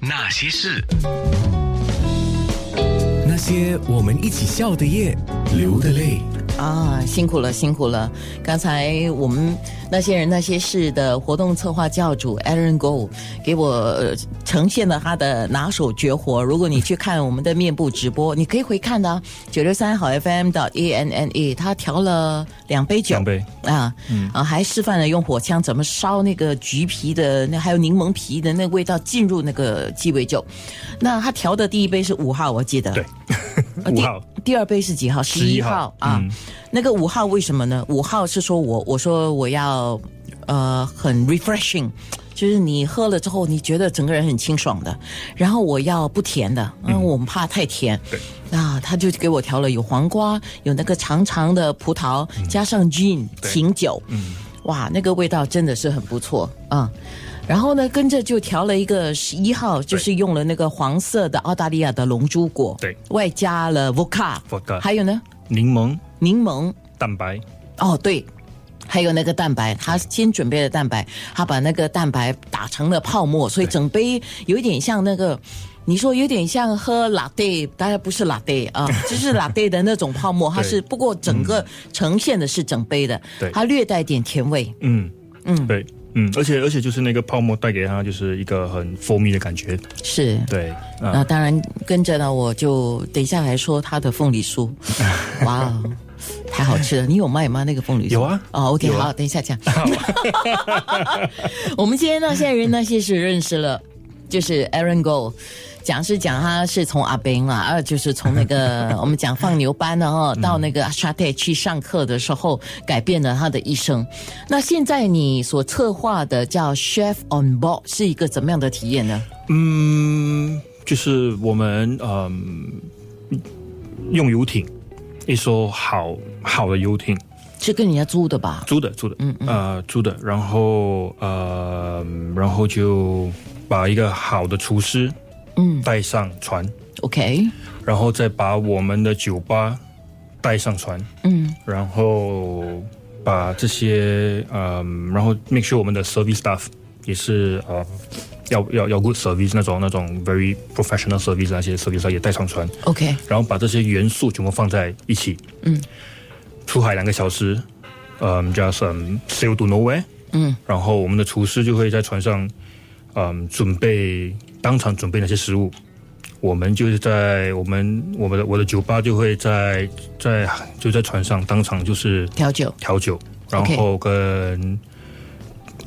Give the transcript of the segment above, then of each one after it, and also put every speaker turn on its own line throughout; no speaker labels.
那些事，
那些我们一起笑的夜，流的泪。
啊，辛苦了，辛苦了！刚才我们那些人那些事的活动策划教主 Aaron Go 给我、呃呈现了他的拿手绝活。如果你去看我们的面部直播，你可以回看的啊九六三好 FM 的 A N N E，他调了两杯酒，
两杯嗯
啊，啊，还示范了用火枪怎么烧那个橘皮的，那还有柠檬皮的那个味道进入那个鸡尾酒。那他调的第一杯是五号，我记得，
对，
啊
五
第
号，
第二杯是几号？十一
11号
号啊。那个五号为什么呢？五号是说我我说我要呃很 refreshing。就是你喝了之后，你觉得整个人很清爽的，然后我要不甜的，因为我们怕太甜。
对
啊，他就给我调了有黄瓜，有那个长长的葡萄，加上 gin
对
琴酒，嗯，哇，那个味道真的是很不错啊。然后呢，跟着就调了一个十一号，就是用了那个黄色的澳大利亚的龙珠果，
对
外加了 vodka，
Vodka
还有呢，
柠檬、
柠檬，
蛋白，
哦对，还有那个蛋白，他先准备了蛋白，他把那个蛋白打成了泡沫，所以整杯有一点像那个。你说有点像喝 latte，当然不是 latte 啊，就是 latte 的那种泡沫，它是
对嗯
不过整个呈现的是整杯的
对，
它略带点甜味。
嗯
嗯
对，嗯，而且而且就是那个泡沫带给他就是一个很 foamy 的感觉，
是，
对，
那、
啊，
当然跟着呢，我就等一下来说它的凤梨酥， 哇哦，太好吃了！你有卖吗？那个凤梨酥
有啊
哦，OK，、
有啊
好，等一下 讲。 我们今天那些人那些事认识了，就是 Aaron Go。讲是讲他是从阿兵啦，二就是从那 个我们讲放牛班的哦，
嗯
到那个阿沙特去上课的时候，改变了他的一生。那现在你所策划的叫 Chef on Board 是一个怎么样的体验呢？
嗯，就是我们嗯用游艇，一艘好好的游艇，
是跟人家租的吧？
租的租的，嗯呃租的，然后呃然后就把一个好的厨师
嗯
带上船，
，OK，
然后再把我们的酒吧带上船，
嗯
然后把这些嗯，然后 make sure 我们的 service staff 也是呃，要要要 good service 那种那种 very professional service 那些 service 也带上船，
，OK，
然后把这些元素全部放在一起，
嗯，
出海两个小时，嗯，just 嗯 sail to nowhere，
嗯，
然后我们的厨师就会在船上，嗯，准备当场准备那些食物。我们就是在我们我们的我的酒吧就会在在就在船上当场就是
调酒。
调酒，然
OK
后跟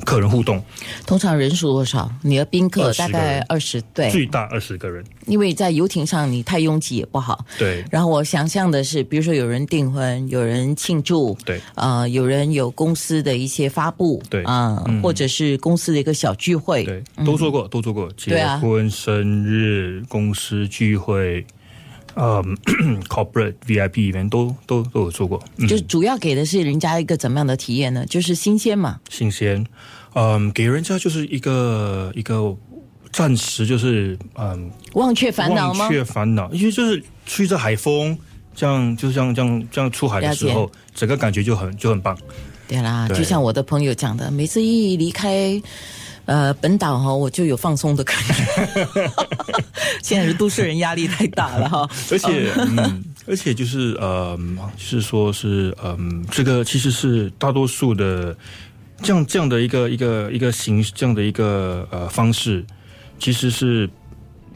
客人互动，
通常人数多少？你的宾客
20
大概
个
二十，对，
最大二十个人。
因为在游艇上你太拥挤也不好。
对
然后我想象的是，比如说有人订婚，有人庆祝，
对
呃，有人有公司的一些发布，
对嗯
啊、或者是公司的一个小聚会，
对，都做过，都做过，
嗯
结
对啊
婚、生日、公司聚会，嗯 ，corporate VIP event 都都都有做过，嗯，
就是主要给的是人家一个怎么样的体验呢？就是新鲜嘛，
新鲜，嗯，给人家就是一个一个暂时就是嗯
忘却烦恼吗
忘？却烦恼，因为就是吹着海风，这样就像这样这样出海的时
了
候，整个感觉就很就很棒。
对啦，
对
就像我的朋友讲的，每次一离开呃本岛哈，我就有放松的感 觉。现在是都市人压力太大了哈，
而且，嗯，而且就是，呃，是说是，嗯，这个其实是大多数的这样这样的一个一个一个形这样的一个呃方式，其实是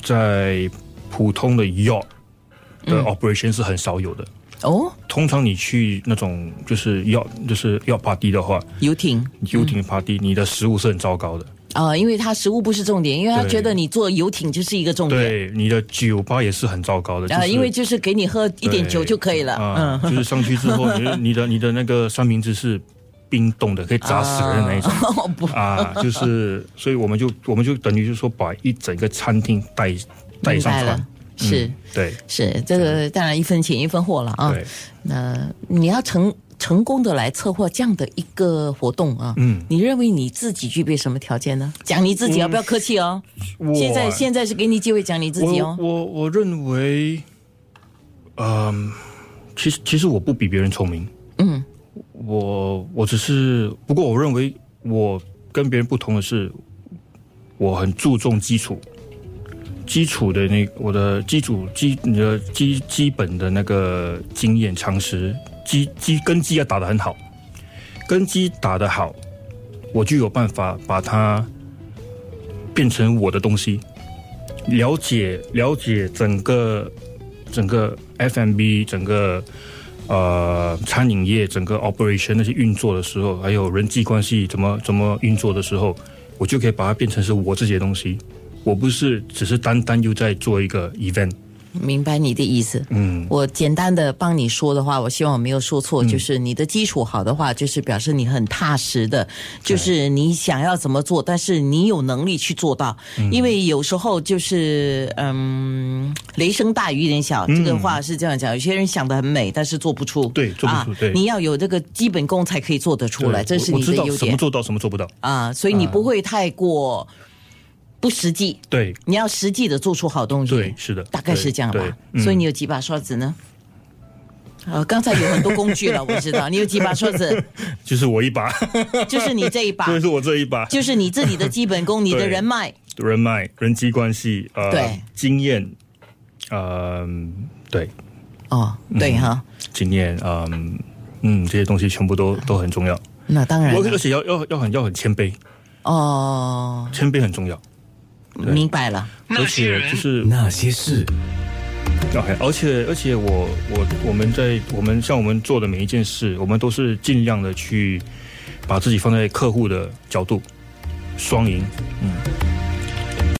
在普通的 yacht
嗯
的 operation 是很少有的。
哦，
通常你去那种就是 yacht 就是 yacht party 的话，
游艇。
游艇 party，你的食物是很糟糕的。
啊、因为他食物不是重点，因为他
对
觉得你坐游艇就是一个重点，
对，你的酒吧也是很糟糕的。就
啊、
是
因为就是给你喝一点酒就可以了，嗯
啊、 就是上去之后，你的你的你的那个三明治是冰冻的，可以砸死人的那一种
嗯，哦不，
啊，就是，所以我们就我们就等于就是说把一整个餐厅带带
明
上
白
船
了，，是、
嗯对
是，这个当然一分钱一分货了啊。
对，
那你要成成功的来策划这样的一个活动啊，
嗯
你认为你自己具备什么条件呢？讲你自己啊，不要客气哦。
我
现在现在是给你机会讲你自己
我
哦。
我我认为，嗯，其实其实我不比别人聪明，
嗯，
我我只是，不过我认为我跟别人不同的是，我很注重基础，基础的那我的基础基你的基基本的那个经验常识，基基跟基要打得很好，跟基打得好，我就有办法把它变成我的东西，了解了解整个整个 F&B 整个。呃，餐饮业整个 operation 那些运作的时候，还有人际关系怎么怎么运作的时候，我就可以把它变成是我自己的东西。我不是只是单单又在做一个 event，
明白你的意思。
嗯，
我简单的帮你说的话，我希望我没有说错。就是你的基础好的话，就是表示你很踏实的，就是你想要怎么做，但是你有能力去做到。
嗯
因为有时候就是嗯，雷声大雨点小，这个话是这样讲。有些人想的很美，但是做不出。
嗯对做不出
啊
对
你要有这个基本功才可以做得出来，这
对
是
我
你
我知
的
道
优
什么
点
做到，什么做不到。
啊。所以你不会太过不实际，
对
你要实际的做出好东西。
对，是的，
大概是这样
对
吧
对。嗯
所以你有几把刷子呢？呃，刚才有很多工 具了，我知道你有几把刷子，
就是我 一把，
就是你这一把
所，以是我这一把
就是你自己的基本 功，你的人脉，
人脉、人际关系、呃
对，
经验，嗯，对，
哦，对哈，
经验，嗯嗯，这些东西全部都都很重要。
那当然
我而
了，
且要要要很要很谦卑，
哦，
谦卑很重要。对
明白了，
而且就是
那些事，
OK，而且而且我我我们在我们像我们做的每一件事，我们都是尽量的去把自己放在客户的角度，双赢。嗯，